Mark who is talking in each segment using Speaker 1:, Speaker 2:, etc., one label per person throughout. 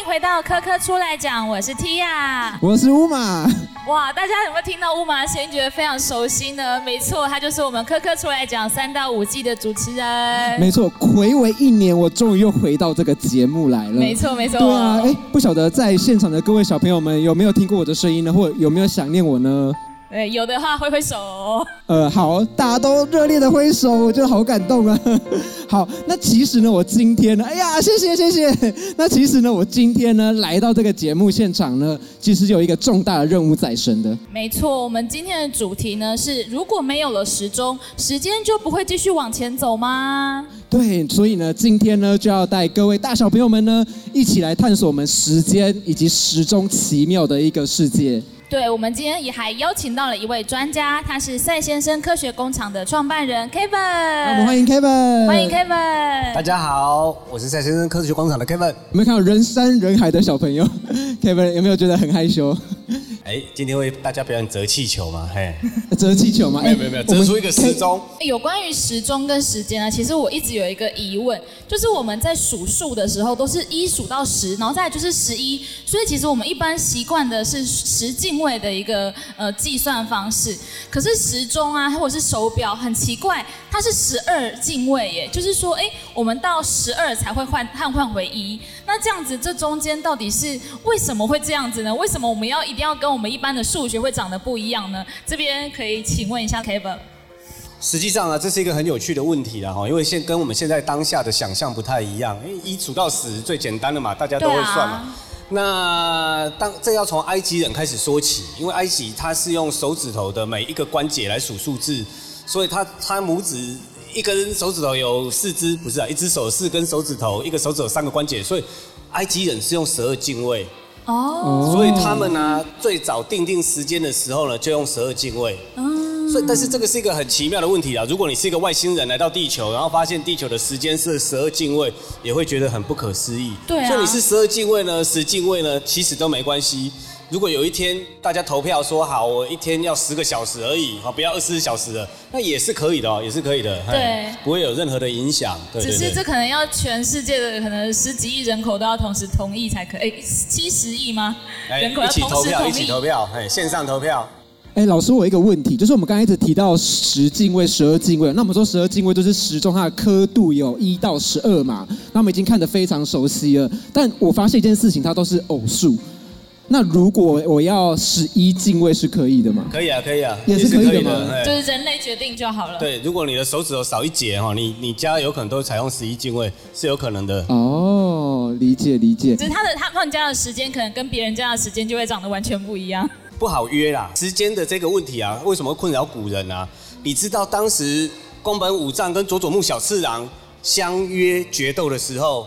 Speaker 1: 迎回到科科出来讲，我是 Tia。
Speaker 2: 我是乌马，
Speaker 1: 哇，大家有没有听到乌马的声音，觉得非常熟悉呢？没错，他就是我们科科出来讲三到五季的主持人。
Speaker 2: 没错，暌违一年，我终于又回到这个节目来了。
Speaker 1: 没错，没错。
Speaker 2: 对啊，哎，不晓得在现场的各位小朋友们有没有听过我的声音呢，或者有没有想念我呢？哎
Speaker 1: 对，有的话挥挥手。
Speaker 2: 呃，好，大家都热烈的挥手，我觉得好感动啊。 好，那其实呢，我今天呢，哎呀，谢谢谢谢。那其实呢，我今天呢来到这个节目现场呢，其实有一个重大的任务在身的。
Speaker 1: 没错，我们今天的主题呢是：如果没有了时钟，时间就不会继续往前走吗？
Speaker 2: 对，所以呢，今天呢就要带各位大小朋友们呢，一起来探索我们时间以及时钟奇妙的一个世界。
Speaker 1: 对，我们今天也还邀请到了一位专家，他是赛先生科学工厂的创办人 Kevin。
Speaker 2: 那我们欢迎 Kevin，
Speaker 1: 呃欢迎
Speaker 3: 大
Speaker 1: Kevin。
Speaker 3: 家好，我是赛先生科学广场的 Kevin。
Speaker 2: 有没有看到人山人海的小朋友？Kevin 有没有觉得很 害羞？
Speaker 3: 哎，今天为大家表演折气球嘛，嘿，
Speaker 2: 折气球吗？哎没
Speaker 3: 没有没有没有，折出一个时。钟。
Speaker 1: 有关于时钟跟时间呢，其实我一直有一个疑问，就是我们在数数的时候都是一数到十，然后再来就是十一，所以其实我们一般习惯的是十进位的一个呃计算方式。可是时钟啊，或者是手表，很奇怪，它是十二进位耶，就是说，哎，我们到十二才会换换换回一。那这样子，这中间到底是为什么会这样子呢？为什么我们要一定要跟我们一般的数学会长得不一样呢？这边可以请问一下 Kevin。
Speaker 3: 实际上啊，这是一个很有趣的问题啦，哈，因为现跟我们现在当下的想象不太一样。因为一数到十最简单的嘛，大家都会算嘛。
Speaker 1: 对啊
Speaker 3: 那当这要从埃及人开始说起，因为埃及它是用手指头的每一个关节来数数字，所以它它拇指一根手指头有四只，不是啊，一只手有四根手指头，一个手指有三个关节，所以埃及人是用十二进位。
Speaker 1: 哦，
Speaker 3: 所以他们呢、最早定定时间的时候呢，就用十二进位。
Speaker 1: 哦
Speaker 3: 所以，但是这个是一个很奇妙的问题啊！如果你是一个外星人来到地球，然后发现地球的时间是十二进位，也会觉得很不可思议。
Speaker 1: 对啊
Speaker 3: 所以你是十二进位呢，十进位呢，其实都没关系。如果有一天大家投票说好，我一天要十个小时而已，好，不要二十四小时了，那也是可以的哦，也是可以的。嘿
Speaker 1: 对
Speaker 3: 不会有任何的影响。对
Speaker 1: 只
Speaker 3: 对
Speaker 1: 是
Speaker 3: 对
Speaker 1: 这可能要全世界的可能十几亿人口都要同时同意才可以，七十亿吗？
Speaker 3: 哎
Speaker 1: 人口要
Speaker 3: 一起
Speaker 1: 同
Speaker 3: 投
Speaker 1: 时
Speaker 3: 票，
Speaker 1: 同
Speaker 3: 一起
Speaker 1: 意
Speaker 3: 投。票，哎，线上投票。
Speaker 2: 哎，老师，我有一个问题，就是我们刚才一直提到十进位、十二进位，那我们说十二进位就是时钟它的刻度有一到十二嘛，那我们已经看得非常熟悉了。但我发现一件事情，它都是偶数。那如果我要十一进位是可以的吗？
Speaker 3: 可以啊，可以啊，
Speaker 2: 也是可以的吗
Speaker 3: 哎
Speaker 1: 就是人类决定就好了。
Speaker 3: 对，如果你的手指头少一节哈，你你家有可能都采用十一进位，是有可能的。
Speaker 2: 哦，理解理解
Speaker 1: 只。是他的他他们家的时间可能跟别人家的时间就会长得完全不一 样。
Speaker 3: 不好约啦，时间的这个问题啊，为什么会困扰古人啊？你知道当时宫本武藏跟佐佐木小次郎相约决斗的时候，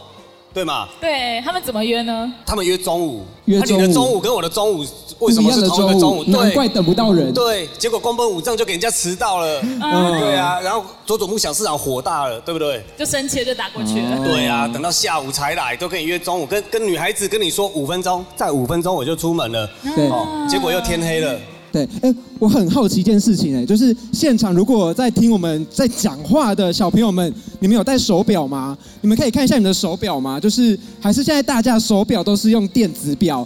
Speaker 3: 对吗？
Speaker 1: 对他们怎么约呢？
Speaker 3: 他们约中午，
Speaker 2: 约
Speaker 3: 那你的
Speaker 2: 中午
Speaker 3: 中午跟我的中午为什么是同一个中午？
Speaker 2: 不一样的中午难怪
Speaker 3: 对，
Speaker 2: 等不到人。
Speaker 3: 对，结果宫本武藏就给人家迟到了。
Speaker 2: 嗯
Speaker 3: 对啊，然后佐佐木小次郎火大了，对不对？
Speaker 1: 就生气了就打过去了。
Speaker 2: 哦
Speaker 3: 对啊，等到下午才来，都跟你约中午，跟跟女孩子跟你说五分钟，再五分钟我就出门了，
Speaker 2: 对
Speaker 3: 哦，结果又天黑了。
Speaker 2: 对，哎、我很好奇一件事情、哎，就是现场如果在听我们在讲话的小朋友们，你们有戴手表吗？你们可以看一下你们的手表吗？就是还是现在大家的手表都是用电子表，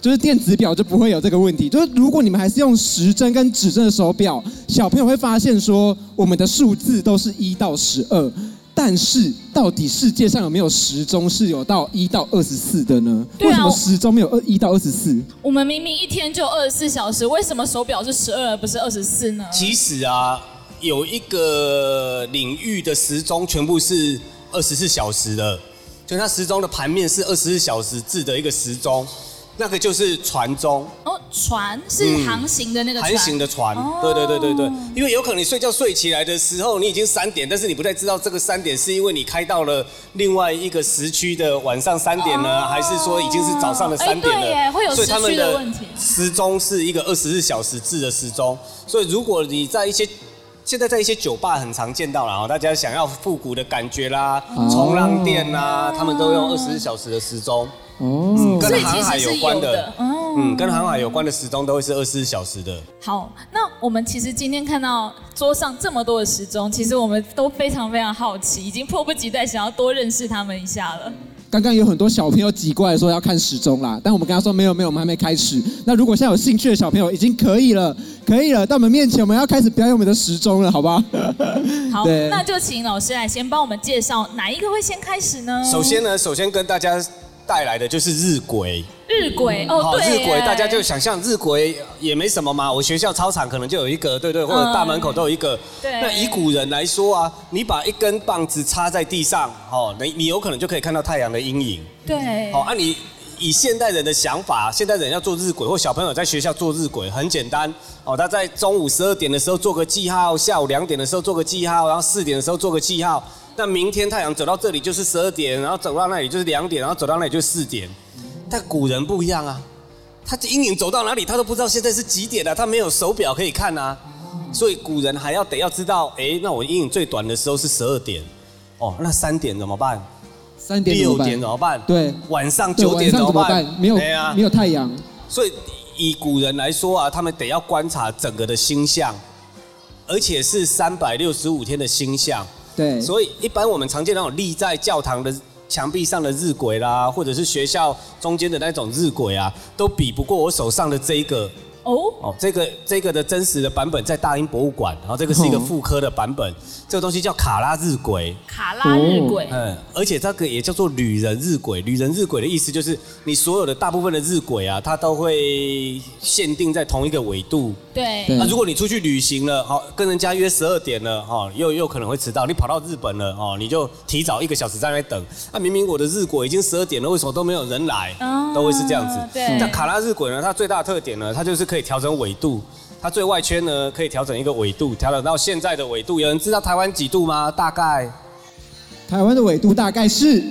Speaker 2: 就是电子表就不会有这个问题。就是如果你们还是用时针跟指针的手表，小朋友会发现说我们的数字都是一到十二。但是，到底世界上有没有时钟是有到一到二十四的呢？
Speaker 1: 对啊
Speaker 2: 为什么
Speaker 1: 我
Speaker 2: 时钟没有二一到二十四？
Speaker 1: 我们明明一天就二十四小时，为什么手表是十二而不是二十四呢？
Speaker 3: 其实啊，有一个领域的时钟全部是二十四小时的，就它时钟的盘面是二十四小时制的一个时钟，那个就是船钟，
Speaker 1: 哦，船是航行的那个船。
Speaker 3: 嗯航行的船
Speaker 1: 哦。
Speaker 3: 对对对对对，因为有可能你睡觉睡起来的时候，你已经三点，但是你不太知道这个三点是因为你开到了另外一个时区的晚上三点呢，
Speaker 1: 哦
Speaker 3: 还是说已经是早上的三点
Speaker 1: 哎对耶
Speaker 3: 了？
Speaker 1: 会有
Speaker 3: 所以他
Speaker 1: 时
Speaker 3: 们
Speaker 1: 区的问题
Speaker 3: 时钟是一个二十四小时制的时钟，所以如果你在一些现在在一些酒吧很常见到了啊，大家想要复古的感觉啦，
Speaker 1: 嗯
Speaker 3: 冲浪店啦，他们都用二十四小时的时钟，
Speaker 2: 哦，
Speaker 1: 嗯所以
Speaker 3: 跟
Speaker 1: 其实
Speaker 3: 航海
Speaker 1: 是
Speaker 3: 有关
Speaker 1: 有
Speaker 3: 的
Speaker 1: 的哦，
Speaker 3: 嗯，跟航海有关的时钟都会是二十四小时的。
Speaker 1: 好，那我们其实今天看到桌上这么多的时钟，其实我们都非常非常好奇，已经迫不及待想要多认识他们一下了。
Speaker 2: 刚刚有很多小朋友挤过来说要看时钟啦，但我们跟他说没有没有，我们还没开始。那如果现在有兴趣的小朋友已经可以了，可以了，到我们面前我们要开始表演我们的时钟了，好不好？
Speaker 1: 好，
Speaker 2: 对
Speaker 1: 那就请老师来先帮我们介绍哪一个会先开始呢？
Speaker 3: 首先呢，嗯首先跟大家带来的就是日晷。
Speaker 1: 日晷哦，
Speaker 3: 好，
Speaker 1: 对
Speaker 3: 日
Speaker 1: 耶，
Speaker 3: 晷大家就想象日晷也没什么嘛，我学校操场可能就有一个，对对，或者大门口都有一个。
Speaker 1: 嗯对
Speaker 3: 那以古人来说啊，你把一根棒子插在地上，哦，你你有可能就可以看到太阳的阴影。
Speaker 1: 对
Speaker 3: 好，啊你。以现代人的想法，现代人要做日晷，或小朋友在学校做日晷很简单哦。他在中午十二点的时候做个记号，下午两点的时候做个记号，然后四点的时候做个记号。那明天太阳走到这里就是十二点，然后走到那里就是两点，然后走到那里就是四点。但古人不一样啊，他的阴影走到哪里，他都不知道现在是几点了、他没有手表可以看啊，所以古人还要得要知道，哎，那我阴影最短的时候是十二点，哦，那三点怎么办？
Speaker 2: 三点怎
Speaker 3: 六
Speaker 2: 么办
Speaker 3: 点怎么办？
Speaker 2: 对
Speaker 3: 晚上
Speaker 2: 对
Speaker 3: 九点
Speaker 2: 晚上
Speaker 3: 么
Speaker 2: 怎么办？没有
Speaker 3: 对啊
Speaker 2: 没，有太阳，
Speaker 3: 所以以古人来说啊，他们得要观察整个的星象，而且是三百六十五天的星象。
Speaker 2: 对，
Speaker 3: 所以一般我们常见那种立在教堂的墙壁上的日晷啦，或者是学校中间的那种日晷啊，都比不过我手上的这一个
Speaker 1: 哦，
Speaker 3: 哦，这个这个的真实的版本在大英博物馆，然后这个是一个
Speaker 2: 哦
Speaker 3: 复刻的版本，这个东西叫卡拉日晷。
Speaker 1: 卡拉日晷，
Speaker 3: 嗯，而且这个也叫做旅人日晷。旅人日晷的意思就是，你所有的大部分的日晷啊，它都会限定在同一个纬度。
Speaker 1: 对
Speaker 2: 对
Speaker 3: 那、如果你出去旅行了，好、跟人家约十二点了，哈、又又可能会迟到。你跑到日本了，哦，你就提早一个小时在那里等。那、明明我的日晷已经十二点了，为什么都没有人来？
Speaker 1: 啊
Speaker 3: 都会是这样子。
Speaker 1: 对
Speaker 3: 那卡拉日晷呢，它最大的特点呢，它就是可以调整纬度。它最外圈呢，可以调整一个纬度，调整到现在的纬度。有人知道台湾几度吗？大概
Speaker 2: 台湾的纬度大概是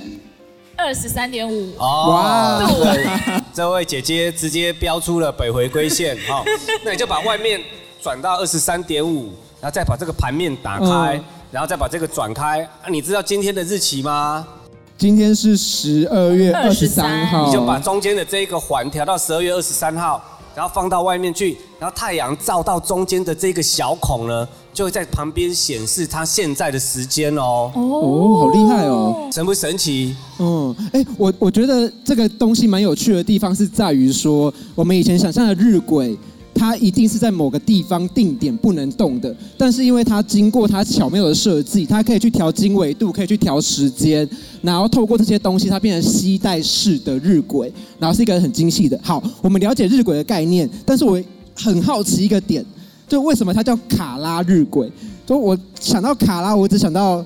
Speaker 1: 二十三点五，
Speaker 3: 哦，
Speaker 2: 哇
Speaker 3: 对，这位姐姐直接标出了北回 归线哈、哦，那你就把外面转到二十三点五，然后再把这个盘面打开，
Speaker 2: 嗯
Speaker 3: 然后再把这个转开。啊，你知道今天的日期吗？
Speaker 2: 嗯今天是十二月二十
Speaker 1: 23
Speaker 2: 三号，
Speaker 3: 你就把中间的这一个环调到十二月二十三号，然后放到外面去，然后太阳照到中间的这个小孔呢，就会在旁边显示它现在的时间哦，
Speaker 2: 哦好厉害哦，
Speaker 3: 神不神奇？
Speaker 2: 嗯，哎、我我觉得这个东西蛮有趣的地方是在于说，我们以前想象的日晷，它一定是在某个地方定点不能动的，但是因为它经过它巧妙的设计，它可以去调经纬度，可以去调时间，然后透过这些东西，它变成吸带式的日晷，然后是一个很精细的。好，我们了解日晷的概念，但是我很好奇一个点，就为什么它叫卡拉日晷？就我想到卡拉，我只想到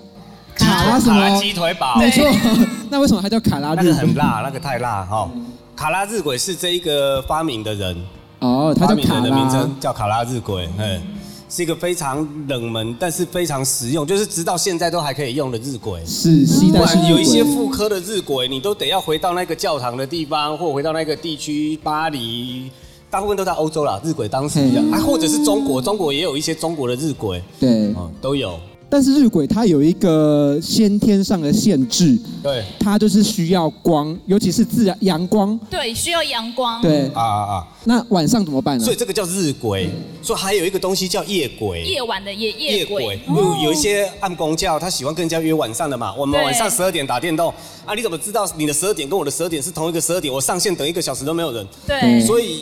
Speaker 2: 卡拉什
Speaker 3: 卡拉
Speaker 2: 么？
Speaker 3: 鸡腿堡。
Speaker 2: 没错， 那为什么它叫卡拉
Speaker 3: 啊那
Speaker 2: 日
Speaker 3: 个
Speaker 2: 晷？
Speaker 3: 很辣，那个太辣哈、卡拉日晷是这一个发明的人，
Speaker 2: 哦，它
Speaker 3: 发
Speaker 2: 叫
Speaker 3: 明
Speaker 2: 卡
Speaker 3: 人的名
Speaker 2: 拉
Speaker 3: 称。叫卡拉日晷，嗯，是一个非常冷门，但是非常实用，就是直到现在都还可以用的日晷。
Speaker 2: 是西
Speaker 3: 不
Speaker 2: 单是
Speaker 3: 然有一些
Speaker 2: 日晷
Speaker 3: 妇科的日晷，你都得要回到那个教堂的地方，或回到那个地区，巴黎，大部分都在欧洲啦。日晷当时啊
Speaker 2: 嗯
Speaker 3: 啊，或者是中国，中国也有一些中国的日晷，
Speaker 2: 对，
Speaker 3: 哦，都有。
Speaker 2: 但是日晷它有一个先天上的限制，
Speaker 3: 对，
Speaker 2: 它就是需要光，尤其是自然阳光。
Speaker 1: 对，需要阳光，
Speaker 2: 对，
Speaker 3: 啊啊啊！
Speaker 2: 那晚上怎么办呢
Speaker 3: 所？以这个叫日晷，所以还有一个东西叫夜晷。
Speaker 1: 夜晚的夜
Speaker 3: 夜
Speaker 1: 夜
Speaker 3: 鬼，
Speaker 1: 鬼，哦
Speaker 3: 因为有一些暗公教，他喜欢跟人家约晚上的嘛。我们
Speaker 1: 对
Speaker 3: 晚上十二点打电动啊，你怎么知道你的十二点跟我的十二点是同一个十二点？我上线等一个小时都没有人，
Speaker 1: 对，
Speaker 3: 所以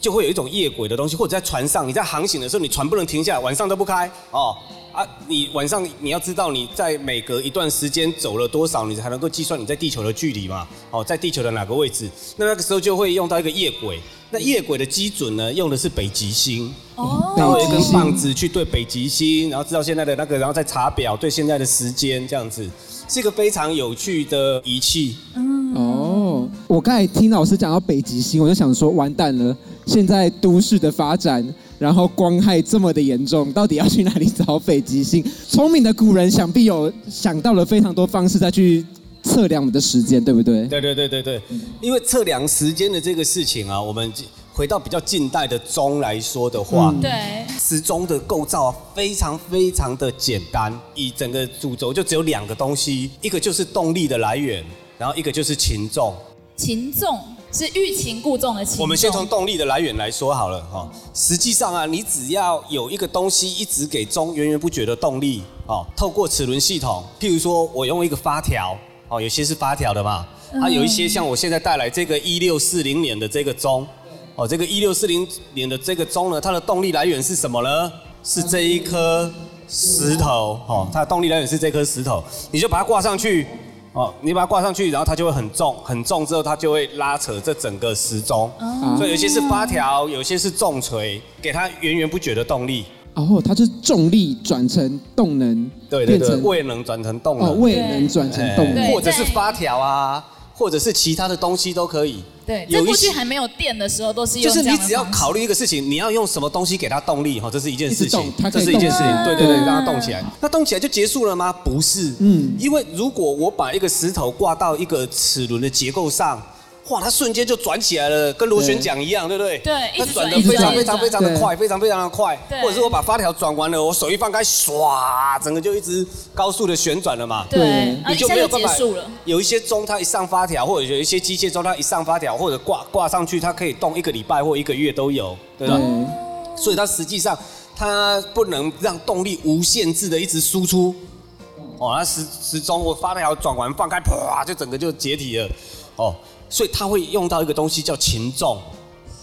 Speaker 3: 就会有一种夜鬼的东西，或者在船上，你在航行的时候，你船不能停下来，晚上都不开哦。啊，你晚上你要知道你在每隔一段时间走了多少，你才能够计算你在地球的距离嘛。哦，在地球的哪个位置？那那个时候就会用到一个夜轨。那夜轨的基准呢，用的是北极星。
Speaker 1: 哦，
Speaker 2: 对
Speaker 3: 然后有
Speaker 2: 北
Speaker 3: 一
Speaker 2: 极
Speaker 3: 根
Speaker 2: 星
Speaker 3: 棒子去对北极星，然后知道现在的那个，然后再查表对现在的时间，这样子是一个非常有趣的仪器。
Speaker 2: 哦，我刚才听老师讲到北极星，我就想说，完蛋了，现在都市的发展，然后光害这么的严重，到底要去哪里找北极星？聪明的古人想必有想到了非常多方式再去测量我们的时间，对不对？
Speaker 3: 对对对对对，因为测量时间的这个事情啊，我们回到比较近代的钟来说的话，
Speaker 2: 嗯
Speaker 1: 对，
Speaker 3: 时钟的构造啊非常非常的简单，以整个主轴就只有两个东西，一个就是动力的来源，然后一个就是擒纵。
Speaker 1: 擒纵是欲擒故纵的擒纵，
Speaker 3: 我们先从动力的来源来说好了哈、哦。实际上啊，你只要有一个东西一直给钟源源不绝的动力哦，透过齿轮系统，譬如说我用一个发条哦，有些是发条的嘛，它有一些像我现在带来这个一六四零年的这个钟，哦，这个一六四零年的这个钟呢，它的动力来源是什么呢？是这一颗石头，哦，它的动力来源是这颗石头，你就把它挂上去，哦，你把它挂上去，然后它就会很重，很重之后它就会拉扯这整个时钟，所
Speaker 2: 哦
Speaker 3: 以有些是发条，有些是重锤，给它源源不绝的动力。
Speaker 2: 哦，它是重力转成动能，
Speaker 3: 对对
Speaker 2: 变
Speaker 3: 对，
Speaker 2: 成
Speaker 3: 未能转成动
Speaker 2: 哦
Speaker 3: 能，哎
Speaker 2: 未能转成动
Speaker 1: 对
Speaker 2: 能。
Speaker 3: 或者是发条啊，或者是其他的东西都可以。
Speaker 1: 对，在
Speaker 3: 有一
Speaker 1: 过去
Speaker 3: 些
Speaker 1: 还没有电的时候，都是
Speaker 3: 就
Speaker 1: 用这
Speaker 3: 是你
Speaker 1: 样的
Speaker 3: 只要
Speaker 1: 方式
Speaker 3: 考虑一个事情，你要用什么东西给它动力哈，这是一件事
Speaker 2: 一直
Speaker 3: 情
Speaker 2: 动它，可
Speaker 3: 这
Speaker 2: 以
Speaker 3: 是一件事情
Speaker 2: 动，
Speaker 3: 对对对，
Speaker 1: 嗯
Speaker 3: 让它动起来。那动起来就结束了吗？不是，
Speaker 2: 嗯
Speaker 3: 嗯，因为如果我把一个石头挂到一个齿轮的结构上。哇，它瞬间就转起来了，跟螺旋桨一样，对不对？
Speaker 1: 对一
Speaker 3: 它
Speaker 1: 直
Speaker 3: 转
Speaker 1: 转
Speaker 3: 的
Speaker 1: 一直
Speaker 3: 非常
Speaker 1: 转
Speaker 3: 非常非常的
Speaker 2: 对
Speaker 3: 快，非常非常的快。
Speaker 1: 对
Speaker 3: 或者是我把发条转完了，我手一放开，唰，整个就一直高速的旋转了嘛。
Speaker 1: 对
Speaker 2: 对，
Speaker 1: 然后
Speaker 3: 你
Speaker 1: 啊一
Speaker 3: 就
Speaker 1: 下
Speaker 3: 没有
Speaker 1: 就
Speaker 3: 办
Speaker 1: 结
Speaker 3: 法
Speaker 1: 束了。。
Speaker 3: 有一些钟它一上发条，或者有一些机械钟它一上发条，或者挂挂上去，它可以动一个礼拜或一个月都有，对吧？
Speaker 1: 嗯
Speaker 2: 对
Speaker 3: 所以它实际上它不能让动力无限制的一直输出。哦，它时时钟我发条转完放开，啪就整个就解体了。哦，所以它会用到一个东西叫擒纵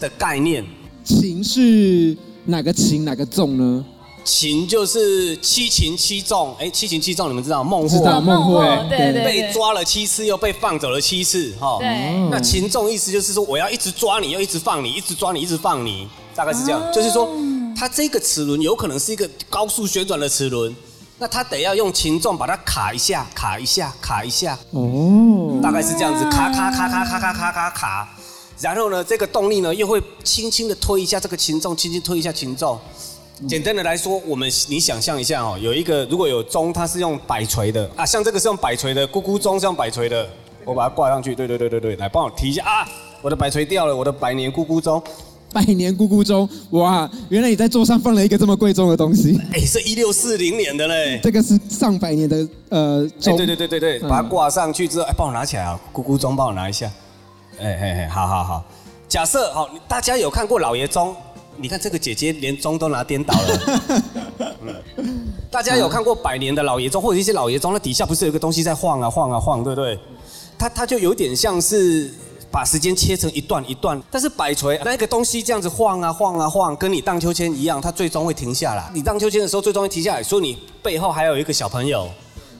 Speaker 3: 的概念。
Speaker 2: 琴是哪个琴哪个纵呢？
Speaker 3: 擒就是七擒七纵，哎，七擒七纵你们知道孟
Speaker 2: 知道
Speaker 3: 获
Speaker 2: 孟获
Speaker 1: 梦对对
Speaker 3: 被抓了七次，又被放走了七次，
Speaker 2: 哦
Speaker 3: 哦哈、
Speaker 2: 嗯
Speaker 1: 对啊
Speaker 3: 那擒纵意思就是说，我要一直抓你，又一直放你，一直抓你，一直放你，大概是这样。
Speaker 1: 哦
Speaker 3: 就是说，它这个齿轮有可能是一个高速旋转的齿轮，那它得要用擒纵把它卡一下，卡一下，卡一下，
Speaker 2: 哦，
Speaker 3: 大概是这样子，卡卡卡卡卡卡卡卡卡。然后呢，这个动力呢又会轻轻的推一下这个擒纵，轻轻推一下擒纵。简单的来说，我们你想象一下哦，有一个如果有钟，它是用摆锤的啊，像这个是用摆锤的，咕咕钟是用摆锤的，我把它挂上去，对对对对对，来帮我提一下啊，我的摆锤掉了，我的百年咕咕钟，
Speaker 2: 百年咕咕钟，哇，原来你在桌上放了一个这么贵重的东西，
Speaker 3: 哎，是一六四零年的嘞，
Speaker 2: 这个是上百年的呃
Speaker 3: 哎，
Speaker 2: 钟，
Speaker 3: 对对对对对，
Speaker 2: 嗯
Speaker 3: 把它挂上去之后，哎，帮我拿起来啊，咕咕钟帮我拿一下。哎嘿嘿，好好好。假设好，大家有看过老爷钟？你看这个姐姐连钟都拿颠倒了。嗯，大家有看过百年的老爷钟，或者一些老爷钟，那底下不是有一个东西在晃啊晃啊晃，对不对？它它就有点像是把时间切成一段一段，但是摆锤那个东西这样子晃啊晃啊晃，跟你荡秋千一样，它最终会停下来。你荡秋千的时候，最终会停下来，所以你背后还有一个小朋友，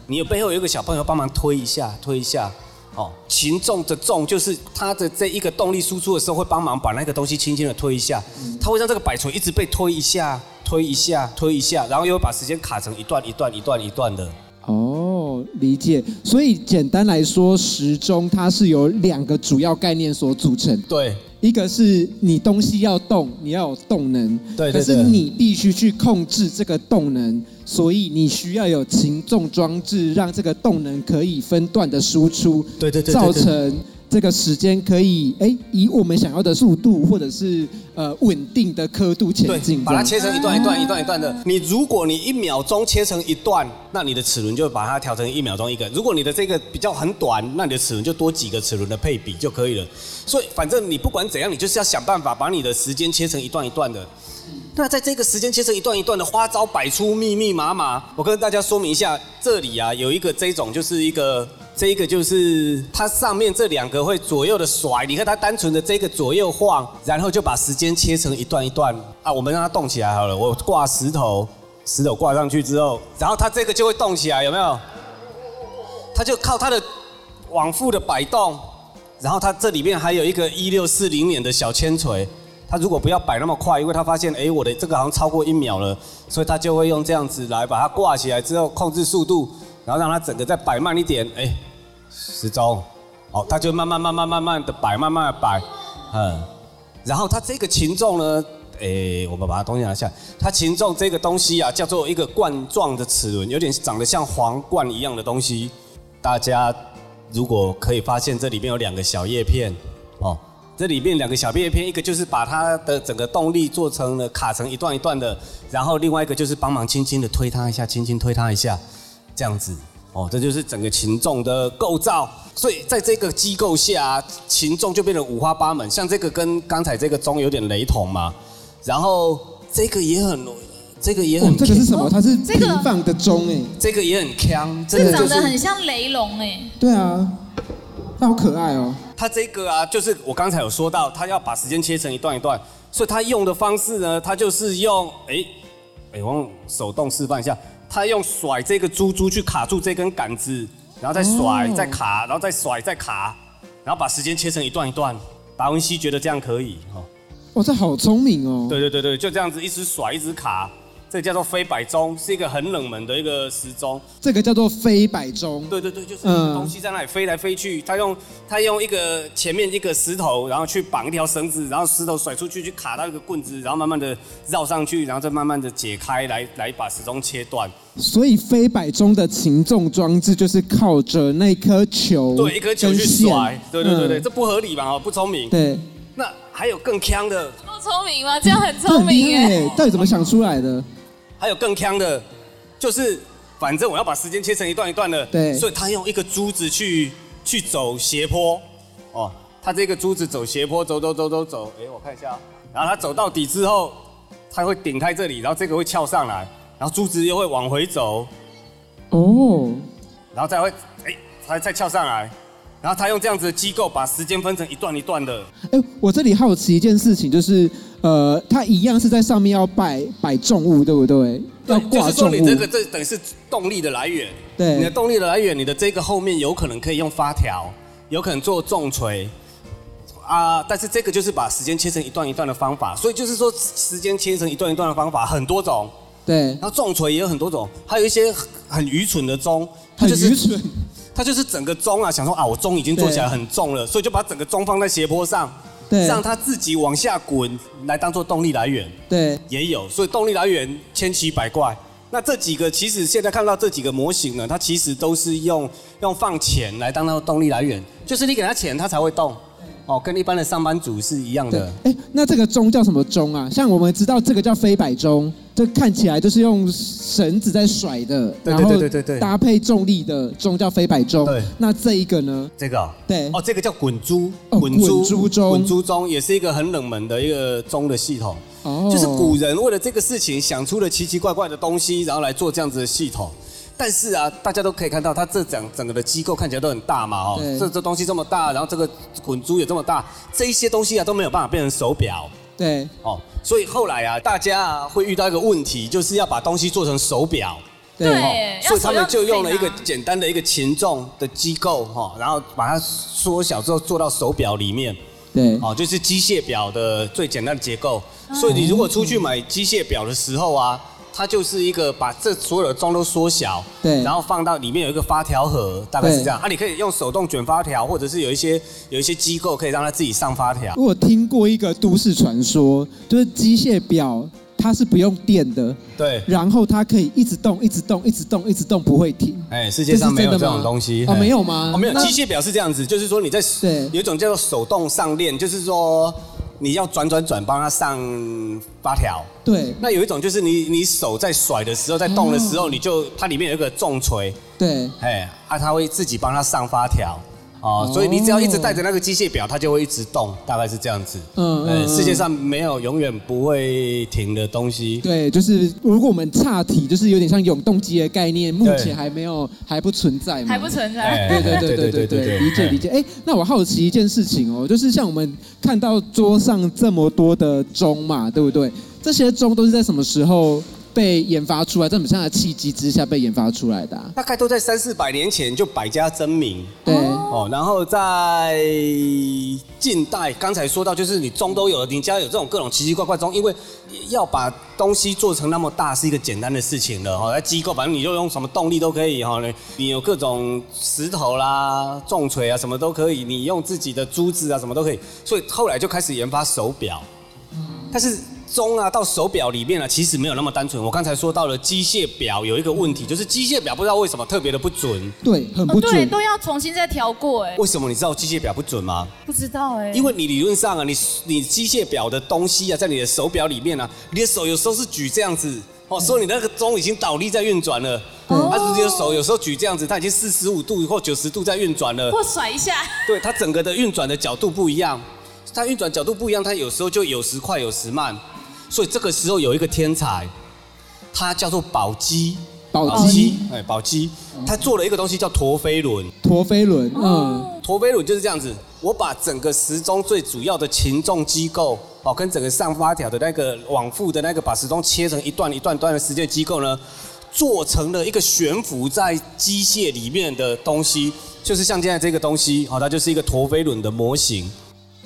Speaker 3: 你背后有一个小朋友帮忙推一下，推一下。哦，擒纵的纵就是它的这一个动力输出的时候，会帮忙把那个东西轻轻的推一下，它会让这个摆锤一直被推一下、推一下、推一下，然后又会把时间卡成一段一段一段一段的。
Speaker 2: 哦，理解。所以简单来说，时钟它是由两个主要概念所组成，
Speaker 3: 对，
Speaker 2: 一个是你东西要动，你要有动能，
Speaker 3: 对对
Speaker 2: 可是
Speaker 3: 对
Speaker 2: 你必须去控制这个动能，所以你需要有擒纵装置，让这个动能可以分段的输出，
Speaker 3: 对对对对对
Speaker 2: 造成这个时间可以哎以我们想要的速度或者是呃稳定的刻度前
Speaker 3: 对，
Speaker 2: 进，
Speaker 3: 把它
Speaker 2: 这样
Speaker 3: 切成一段一段一段一段的。你如果你一秒钟切成一段，那你的齿轮就把它调成一秒钟一个。如果你的这个比较很短，那你的齿轮就多几个齿轮的配比就可以了。所以反正你不管怎样，你就是要想办法把你的时间切成一段一段的。那在这个时间切成一段一段的花招百出，密密麻麻。我跟大家说明一下，这里啊有一个这种，就是一个这一个就是它上面这两个会左右的甩，你看它单纯的这个左右晃，然后就把时间切成一段一段啊，我们让它动起来好了。我挂石头，石头挂上去之后，然后它这个就会动起来，有没有？它就靠它的往复的摆动，然后它这里面还有一个一六四零年的小铅锤，它如果不要摆那么快，因为它发现哎我的这个好像超过一秒了，所以它就会用这样子来把它挂起来之后控制速度，然后让它整个再摆慢一点，哎，时钟，哦，它就慢慢慢慢慢慢的摆，慢慢的摆，嗯，然后它这个擒纵呢。哎，我们把它东西拿下。它擒纵这个东西啊，叫做一个冠状的齿轮，有点长得像皇冠一样的东西。大家如果可以发现这里面有两个小叶片哦，这里面两个小叶片，一个就是把它的整个动力做成了卡成一段一段的，然后另外一个就是帮忙轻轻的推它一下，轻轻推它一下，这样子哦，这就是整个擒纵的构造。所以在这个机构下，擒纵就变得五花八门，像这个跟刚才这个钟有点雷同嘛，然后这个也很。这个也
Speaker 2: 哦
Speaker 3: 很，
Speaker 2: 这个是什么？
Speaker 1: 哦
Speaker 2: 它是
Speaker 1: 这个
Speaker 2: 平放的钟哎，
Speaker 3: 这个也很强，这
Speaker 1: 这
Speaker 3: 个
Speaker 1: 长
Speaker 3: 就是
Speaker 1: 得很像雷龙哎，
Speaker 2: 对啊，它好可爱哦。
Speaker 3: 它这个啊，就是我刚才有说到，它要把时间切成一段一段，所以它用的方式呢，它就是用哎哎，我用手动示范一下，它用甩这个珠珠去卡住这根杆子，然后再甩，
Speaker 2: 哦
Speaker 3: 再卡，然后再甩，再卡，然后把时间切成一段一段。达文西觉得这样可以哦，
Speaker 2: 哇，这好聪明哦。
Speaker 3: 对对对对，就这样子一直甩一直卡，这叫做非摆钟，是一个很冷门的一个时钟。
Speaker 2: 这个叫做飞摆钟。
Speaker 3: 对对对，就是
Speaker 2: 嗯
Speaker 3: 东西在那里飞来飞去，他用他用一个前面一个石头，然后去绑一条绳子，然后石头甩出去去卡到一个棍子，然后慢慢的绕上去，然后再慢慢的解开来来把时钟切断。
Speaker 2: 所以飞摆钟的擒纵装置就是靠着那颗球，
Speaker 3: 对，一颗球去甩。对对对对，
Speaker 2: 嗯
Speaker 3: 这不合理吧？哦，不聪明。
Speaker 2: 对，
Speaker 3: 那还有更坑的，
Speaker 1: 够聪明吗？这样很
Speaker 2: 这
Speaker 1: 聪
Speaker 2: 很
Speaker 1: 明
Speaker 2: 厉害
Speaker 1: 哎。
Speaker 2: 耶，到底怎么想出来的？
Speaker 3: 还有更坑的，就是反正我要把时间切成一段一段的，
Speaker 2: 对
Speaker 3: 所以他用一个珠子去去走斜坡，哦，他这个珠子走斜坡，走走走走走，哎，我看一下啊，然后他走到底之后，他会顶开这里，然后这个会翘上来，然后珠子又会往回走，
Speaker 2: 哦，
Speaker 3: 然后再会，哎，它再翘上来，然后他用这样子的机构把时间分成一段一段的，
Speaker 2: 哎，我这里好奇一件事情，就是呃，它一样是在上面要摆摆重物，对不对？要
Speaker 3: 就
Speaker 2: 挂
Speaker 3: 是说
Speaker 2: 重
Speaker 3: 你
Speaker 2: 物，
Speaker 3: 这个这等于是动力的来源，
Speaker 2: 对
Speaker 3: 你的动力的来源，你的这个后面有可能可以用发条，有可能做重锤，啊，但是这个就是把时间切成一段一段的方法，所以就是说时间切成一段一段的方法很多种，
Speaker 2: 对，
Speaker 3: 然后重锤也有很多种，还有一些很很愚蠢的钟，它
Speaker 2: 很
Speaker 3: 就是
Speaker 2: 愚蠢，
Speaker 3: 它就是整个钟啊，想说啊我钟已经做起来
Speaker 2: 对
Speaker 3: 很重了，所以就把整个钟放在斜坡上，
Speaker 2: 对
Speaker 3: 让它自己往下滚来当做动力来源。
Speaker 2: 对，
Speaker 3: 也有，所以动力来源千奇百怪。那这几个其实现在看到这几个模型呢，它其实都是用用放钱来当它的动力来源，就是你给它钱，它才会动。哦，跟一般的上班族是一样
Speaker 2: 对
Speaker 3: 的。，
Speaker 2: 哎，那这个钟叫什么钟啊？像我们知道这个叫飞摆钟，这看起来就是用绳子在甩的，
Speaker 3: 对对
Speaker 2: 然后
Speaker 3: 对对对对
Speaker 2: 搭配重力的钟叫飞摆钟
Speaker 3: 对。
Speaker 2: 那这一个呢？
Speaker 3: 这个哦
Speaker 2: 对
Speaker 3: 哦，这个叫滚珠，
Speaker 2: 哦滚珠钟
Speaker 3: 滚珠钟也是一个很冷门的一个钟的系统。
Speaker 2: 哦
Speaker 3: 就是古人为了这个事情想出了奇奇怪怪的东西，然后来做这样子的系统。但是啊，大家都可以看到，它这整整个的机构看起来都很大嘛，哦
Speaker 2: 对，
Speaker 3: 这这东西这么大，然后这个滚珠也这么大，这一些东西啊都没有办法变成手表
Speaker 2: 对，
Speaker 3: 哦。所以后来啊，大家啊会遇到一个问题，就是要把东西做成手表。
Speaker 1: 对，要
Speaker 3: 所以他们就用了一
Speaker 1: 手
Speaker 3: 个
Speaker 1: 要
Speaker 3: 简单的一个擒纵的机构哈，然后把它缩小之后做到手表里面，
Speaker 2: 对，
Speaker 3: 哦，就是机械表的最简单的结构。所以你如果出去买机械表的时候啊，它就是一个把这所有的钟都缩小，
Speaker 2: 对
Speaker 3: 然后放到里面有一个发条盒，大概是这样。啊，你可以用手动卷发条，或者是有一些有一些机构可以让它自己上发条。
Speaker 2: 我有听过一个都市传说，就是机械表它是不用电的，
Speaker 3: 对，
Speaker 2: 然后它可以一直动，一直动，一直动，一直动，不会停。
Speaker 3: 哎，世界上没有这种东
Speaker 2: 这是真
Speaker 3: 西
Speaker 2: 的吗哦
Speaker 3: 嘿
Speaker 2: 没有吗
Speaker 3: 哦，没有，
Speaker 2: 那
Speaker 3: 机械表是这样子，就是说你在
Speaker 2: 对
Speaker 3: 有一种叫做手动上链，就是说你要转转转帮它上发条。
Speaker 2: 对
Speaker 3: 那有一种就是你你手在甩的时候，在动的时
Speaker 2: 嗯
Speaker 3: 候，你就它里面有一个重锤，
Speaker 2: 对，
Speaker 3: 哎，啊，它会自己帮它上发条。哦
Speaker 2: 哦，
Speaker 3: 所以你只要一直带着那个机械表，它就会一直动，大概是这样子。
Speaker 2: 嗯
Speaker 3: 嗯，
Speaker 2: 嗯
Speaker 3: 世界上没有永远不会停的东西。
Speaker 2: 对，就是如果我们岔题，就是有点像永动机的概念，目
Speaker 3: 对
Speaker 2: 前还没有还不存在嘛，
Speaker 1: 还不存在。
Speaker 3: 哎
Speaker 2: 对对对对对对，理解理解。哎，那我好奇一件事情哦，就是像我们看到桌上这么多的钟嘛，对不对？这些钟都是在什么时候被研发出来？在什么样的契机之下被研发出来的啊、
Speaker 3: 大概都在三四百年前就百家争鸣。
Speaker 2: 对，
Speaker 3: 哦，然后在近代，刚才说到就是你钟都有了，你家有这种各种奇奇怪怪钟，因为要把东西做成那么大是一个简单的事情了哈。哦那机构反正你就用什么动力都可以哈，你你有各种石头啦、重锤啊什么都可以，你用自己的珠子啊什么都可以，所以后来就开始研发手表。但是钟啊到手表里面啊，其实没有那么单纯。我刚才说到了机械表有一个问题，就是机械表不知道为什么特别的不准。
Speaker 2: 对，很
Speaker 1: 哦
Speaker 2: 不
Speaker 1: 对，
Speaker 2: 准。
Speaker 1: 都要重新再调过哎，
Speaker 3: 为什么你知道机械表不准吗？
Speaker 1: 不知道哎，
Speaker 3: 因为你理论上啊，你你机械表的东西啊，在你的手表里面啊，你的手有时候是举这样子，
Speaker 2: 嗯
Speaker 3: 哦，所以你那个钟已经倒立在运转了。
Speaker 2: 对
Speaker 3: 啊，你的手有时候举这样子，它已经四十五度或九十度在运转了。
Speaker 2: 哦
Speaker 1: 或甩一下，
Speaker 3: 对，它整个的运转的角度不一样，它运转角度不一样，它有时候就有时快有时慢，所以这个时候有一个天才，它叫做宝鸡。
Speaker 2: 宝
Speaker 1: 哦
Speaker 2: 鸡，
Speaker 3: 哎，宝鸡，它做了一个东西叫陀飞轮。
Speaker 2: 陀飞轮，
Speaker 1: 哦
Speaker 2: 嗯，
Speaker 3: 陀飞轮就是这样子，我把整个时钟最主要的擒纵机构，哦，跟整个上发条的那个往复的那个，把时钟切成一段一段段的时间机构呢，做成了一个悬浮在机械里面的东西，就是像现在这个东西，哦好、它就是一个陀飞轮的模型。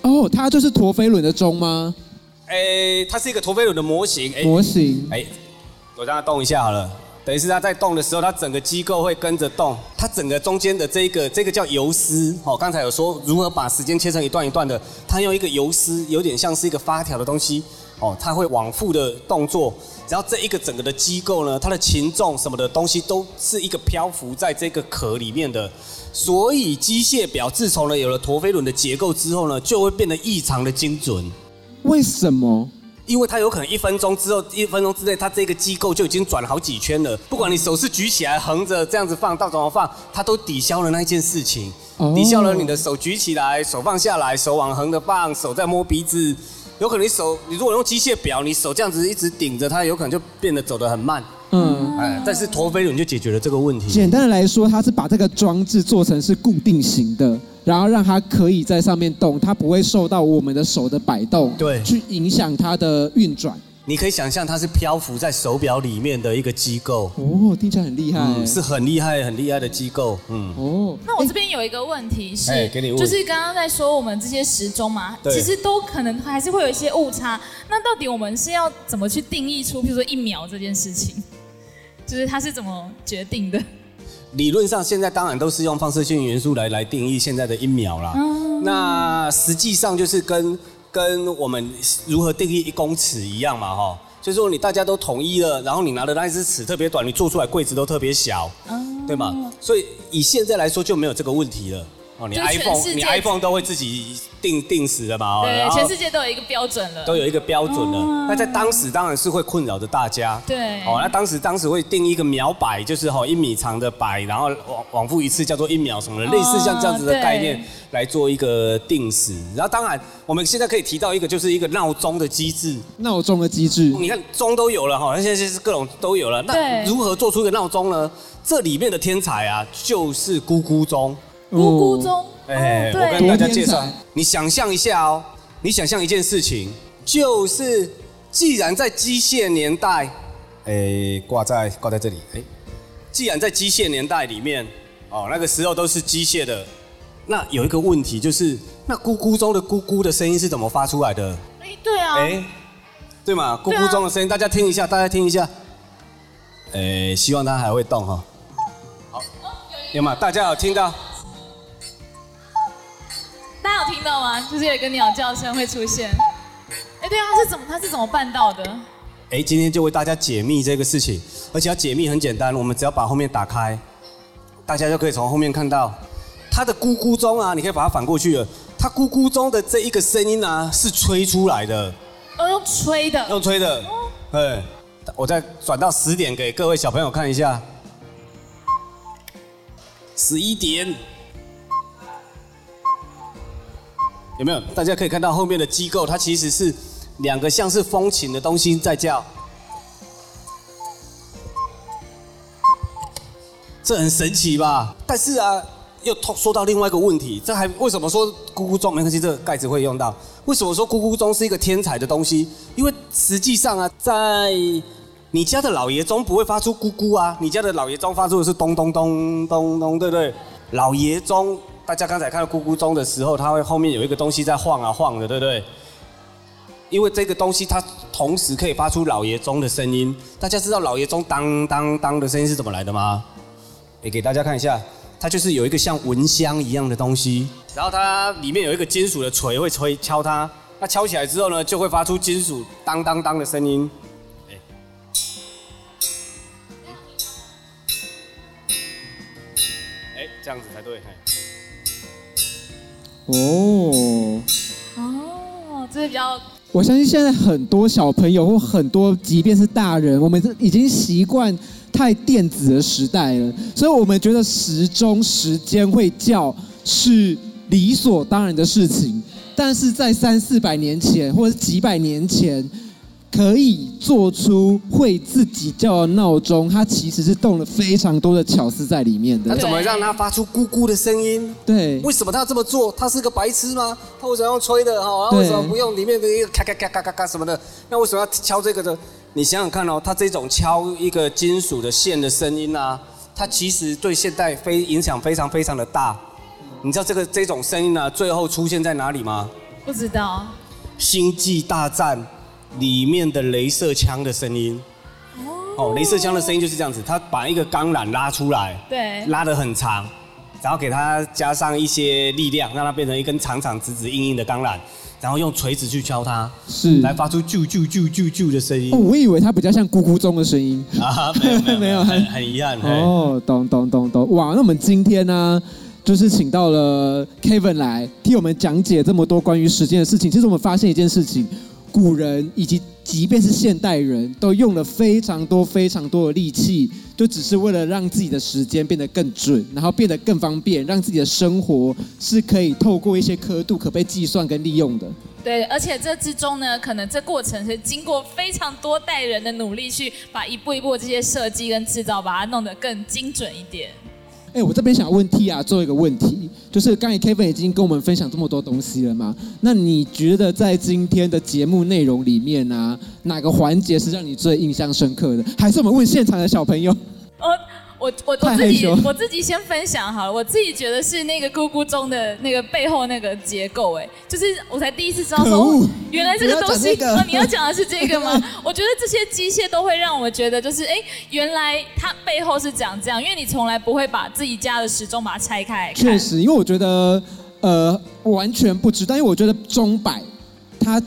Speaker 2: 哦，它就是陀飞轮的钟吗？
Speaker 3: 哎，它是一个陀飞轮的模型，哎，
Speaker 2: 模型，
Speaker 3: 哎，我让它动一下好了。等于是它在动的时候，它整个机构会跟着动。它整个中间的这个这个叫游丝，哦，刚才有说如何把时间切成一段一段的，它用一个游丝，有点像是一个发条的东西，哦，它会往复的动作。然后这一个整个的机构呢，它的擒纵什么的东西都是一个漂浮在这个壳里面的。所以机械表自从呢有了陀飞轮的结构之后呢，就会变得异常的精准。
Speaker 2: 为什么？
Speaker 3: 因为它有可能一分钟之后，一分钟之内，它这个机构就已经转了好几圈了。不管你手是举起来、横着这样子放，到怎么放，它都抵消了那一件事情
Speaker 2: 哦，
Speaker 3: 抵消了你的手举起来、手放下来、手往横的放、手在摸鼻子。有可能你手，你如果用机械表，你手这样子一直顶着它，有可能就变得走得很慢。
Speaker 2: 嗯，
Speaker 3: 哎，但是陀飞轮就解决了这个问题。
Speaker 2: 简单的来说，它是把这个装置做成是固定型的，然后让它可以在上面动，它不会受到我们的手的摆动，
Speaker 3: 对
Speaker 2: 去影响它的运转。
Speaker 3: 你可以想象它是漂浮在手表里面的一个机构，
Speaker 2: 哦，听起来很厉害。
Speaker 3: 嗯，是很厉害、很厉害的机构，嗯。
Speaker 2: 哦，
Speaker 1: 那我这边有一个问题是，
Speaker 3: 哎给你问
Speaker 1: 就是刚刚在说我们这些时钟嘛，
Speaker 3: 对
Speaker 1: 其实都可能还是会有一些误差。那到底我们是要怎么去定义出，譬如说一秒这件事情，就是它是怎么决定的？
Speaker 3: 理论上现在当然都是用放射性元素来来定义现在的一秒啦。
Speaker 1: 哦
Speaker 3: 那实际上就是跟跟我们如何定义一公尺一样嘛，哈。就是说你大家都统一了，然后你拿的那一只尺特别短，你做出来柜子都特别小，
Speaker 1: 哦
Speaker 3: 对吗？所以以现在来说就没有这个问题了。哦，你
Speaker 1: 就是全
Speaker 3: iPhone
Speaker 1: 世界
Speaker 3: 你 iPhone 都会自己定定死的嘛，哦
Speaker 1: 对
Speaker 3: 然，后
Speaker 1: 全世界都有一个标准了。
Speaker 3: 都有一个标准了
Speaker 1: 哦。
Speaker 3: 那在当时当然是会困扰着大家。
Speaker 1: 对
Speaker 3: 哦，那当时当时会定一个秒摆，就是哦哈一米长的摆，然后往往复一次叫做一秒什么的，类似像这样子的
Speaker 1: 哦对
Speaker 3: 概念来做一个定时。然后当然我们现在可以提到一个就是一个闹钟的机制，
Speaker 2: 闹钟的机制，
Speaker 3: 你看钟都有了哈，那现在是各种都有了，那
Speaker 1: 对
Speaker 3: 如何做出一个闹钟呢？这里面的天才啊，就是咕咕钟。
Speaker 1: 咕咕钟，
Speaker 3: 哎、
Speaker 1: 哦
Speaker 3: 我跟
Speaker 1: 对，
Speaker 3: 大家介绍
Speaker 2: 多天才，
Speaker 3: 你想象一下哦，你想象一件事情，就是既然在机械年代，哎、挂在挂在这里，哎、既然在机械年代里面，哦，那个时候都是机械的，那有一个问题就是，那咕咕中的咕咕的声音是怎么发出来的？
Speaker 1: 哎对啊，
Speaker 3: 哎、对嘛，咕
Speaker 1: 对啊
Speaker 3: 咕钟的声音，大家听一下，大家听一下，哎、希望它还会动哈、好，有嘛？大家有听到？
Speaker 1: 大家有听到吗？就是有一个鸟叫声会出现。哎，对啊，它是怎么它是怎么办到的？
Speaker 3: 哎，今天就为大家解密这个事情，而且要解密很简单，我们只要把后面打开，大家就可以从后面看到它的咕咕钟啊，你可以把它反过去了，它咕咕钟的这一个声音啊是吹出来的，
Speaker 1: 哦，用吹的，
Speaker 3: 用吹的，哎，我再转到十点给各位小朋友看一下，十一点。有没有？大家可以看到后面的机构，它其实是两个像是风琴的东西在叫，这很神奇吧？但是啊，又透说到另外一个问题，这还为什么说咕咕钟没关系？这个盖子会用到。为什么说咕咕钟是一个天才的东西？因为实际上啊，在你家的老爷钟不会发出咕咕啊，你家的老爷钟发出的是咚咚咚咚咚，对不对？老爷钟，大家刚才看到咕咕钟的时候，它会后面有一个东西在晃啊晃的，对不对？因为这个东西它同时可以发出老爷钟的声音。大家知道老爷钟当当当的声音是怎么来的吗？也给大家看一下，它就是有一个像蚊香一样的东西，然后它里面有一个金属的锤会吹敲它，那敲起来之后呢，就会发出金属当当当的声音。哎，哎这样子才对。嘿
Speaker 2: 哦。
Speaker 1: 哦，这是比较
Speaker 2: 我相信现在很多小朋友或很多，即便是大人，我们呃已经习惯太电子的时代了，所以我们觉得时钟时间会叫是理所当然的事情。但是在三四百年前或者几百年前，可以做出会自己叫的闹钟，它其实是动了非常多的巧思在里面
Speaker 3: 他
Speaker 2: 的。
Speaker 3: 怎么让它发出咕咕的声音？
Speaker 2: 对
Speaker 3: 为什么他要这么做？他是个白痴吗？他为什么要用吹的哈？他为什么不用里面的一个咔咔咔咔咔咔什么的？那为什么要敲这个的？你想想看哦，他这种敲一个金属的线的声音啊，它其实对现代非影响非常非常的大。你知道这个这种声音呢、啊，最后出现在哪里吗？
Speaker 1: 不知道
Speaker 3: 《星际大战》里面的镭射枪的声音。哦，镭射枪的声音就是这样子，它把一个钢缆拉出来，
Speaker 2: 哎
Speaker 1: 对
Speaker 3: 拉得很长，然后给它加上一些力量，让它变成一根长长直直硬硬的钢缆，然后用锤子去敲它，
Speaker 2: 是
Speaker 3: 来发出啾啾啾啾啾的声音
Speaker 2: 哦，。我以为它比较像咕咕钟的声音。
Speaker 3: 啊，没有没 有
Speaker 2: 没
Speaker 3: 没
Speaker 2: 有
Speaker 3: 有，
Speaker 2: 很
Speaker 3: 很很遗憾。哦，
Speaker 2: 哦，懂懂懂懂，哇！那我们今天呢，就是请到了 Kevin 来替我们讲解这么多关于时间的事情。其实我们发现一件事情，古人以及即便是现代人都用了非常多非常多的力气，就只是为了让自己的时间变得更准，然后变得更方便，让自己的生活是可以透过一些刻度可被计算跟利用的。
Speaker 1: 对，而且这之中呢，可能这过程是经过非常多代人的努力，去把一步一步这些设计跟制造，把它弄得更精准一点。
Speaker 2: 哎、我这边想问 T 啊，做一个问题，就是刚才 Kevin 已经跟我们分享这么多东西了嘛？那你觉得在今天的节目内容里面啊，哪个环节是让你最印象深刻的？还是我们问现场的小朋友？
Speaker 1: 我哦我我
Speaker 2: 太
Speaker 1: 我
Speaker 2: 害
Speaker 1: 自己
Speaker 2: 羞
Speaker 1: 我自己先分享好了，我自己觉得是那个咕咕钟的那个背后那个结构，哎，就是我才第一次知道
Speaker 2: 可
Speaker 1: 说
Speaker 2: 恶
Speaker 1: 哦原来这个东西
Speaker 2: 你要讲这个
Speaker 1: 哦你要讲的是这个 吗？我觉得这些机械都会让我觉得就是哎，原来它背后是长这样，因为你从来不会把自己家的时钟把它拆开来看
Speaker 2: 确实，因为我觉得，呃，我完全不知道，因为我觉得钟摆它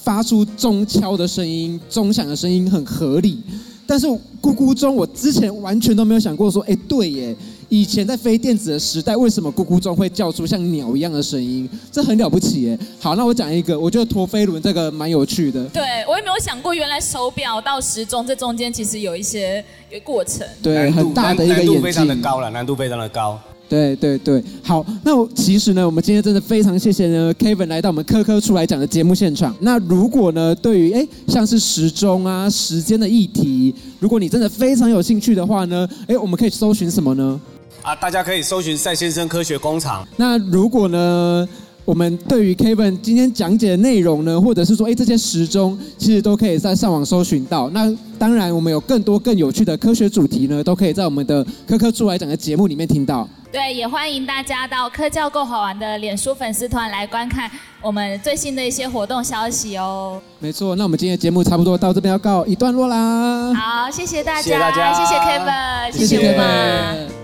Speaker 2: 发出钟敲的声音、钟响的声音很合理，但是咕咕钟我之前完全都没有想过说，哎，对耶，以前在非电子的时代，为什么咕咕钟会叫出像鸟一样的声音？这很了不起耶！好，那我讲一个，我觉得陀飞轮这个蛮有趣的。
Speaker 1: 对，我也没有想过，原来手表到时钟这中间其实有一些有过程。
Speaker 2: 对，
Speaker 3: 难度
Speaker 2: 很大的一个
Speaker 3: 难
Speaker 2: 眼
Speaker 3: 度
Speaker 2: 睛，
Speaker 3: 非常的高了，难度非常的高。
Speaker 2: 对对对，好，那我其实呢，我们今天真的非常谢谢呢 Kevin 来到我们科科出来讲的节目现场。那如果呢，对于哎像是时钟啊、时间的议题，如果你真的非常有兴趣的话呢，哎，我们可以搜寻什么呢？
Speaker 3: 啊，大家可以搜寻赛先生科学工厂。
Speaker 2: 那如果呢，我们对于 Kevin 今天讲解的内容呢，或者是说，哎，这些时钟其实都可以在上网搜寻到。那当然，我们有更多更有趣的科学主题呢，都可以在我们的科科出来讲的节目里面听到。
Speaker 1: 对，也欢迎大家到科教够好玩的脸书粉丝团来观看我们最新的一些活动消息哦。
Speaker 2: 没错，那我们今天的节目差不多到这边要告一段落啦。
Speaker 1: 好，谢谢大家，
Speaker 3: 谢谢大家
Speaker 1: 谢谢 Kevin，
Speaker 3: 谢谢
Speaker 1: 我
Speaker 2: Kevin
Speaker 1: 们。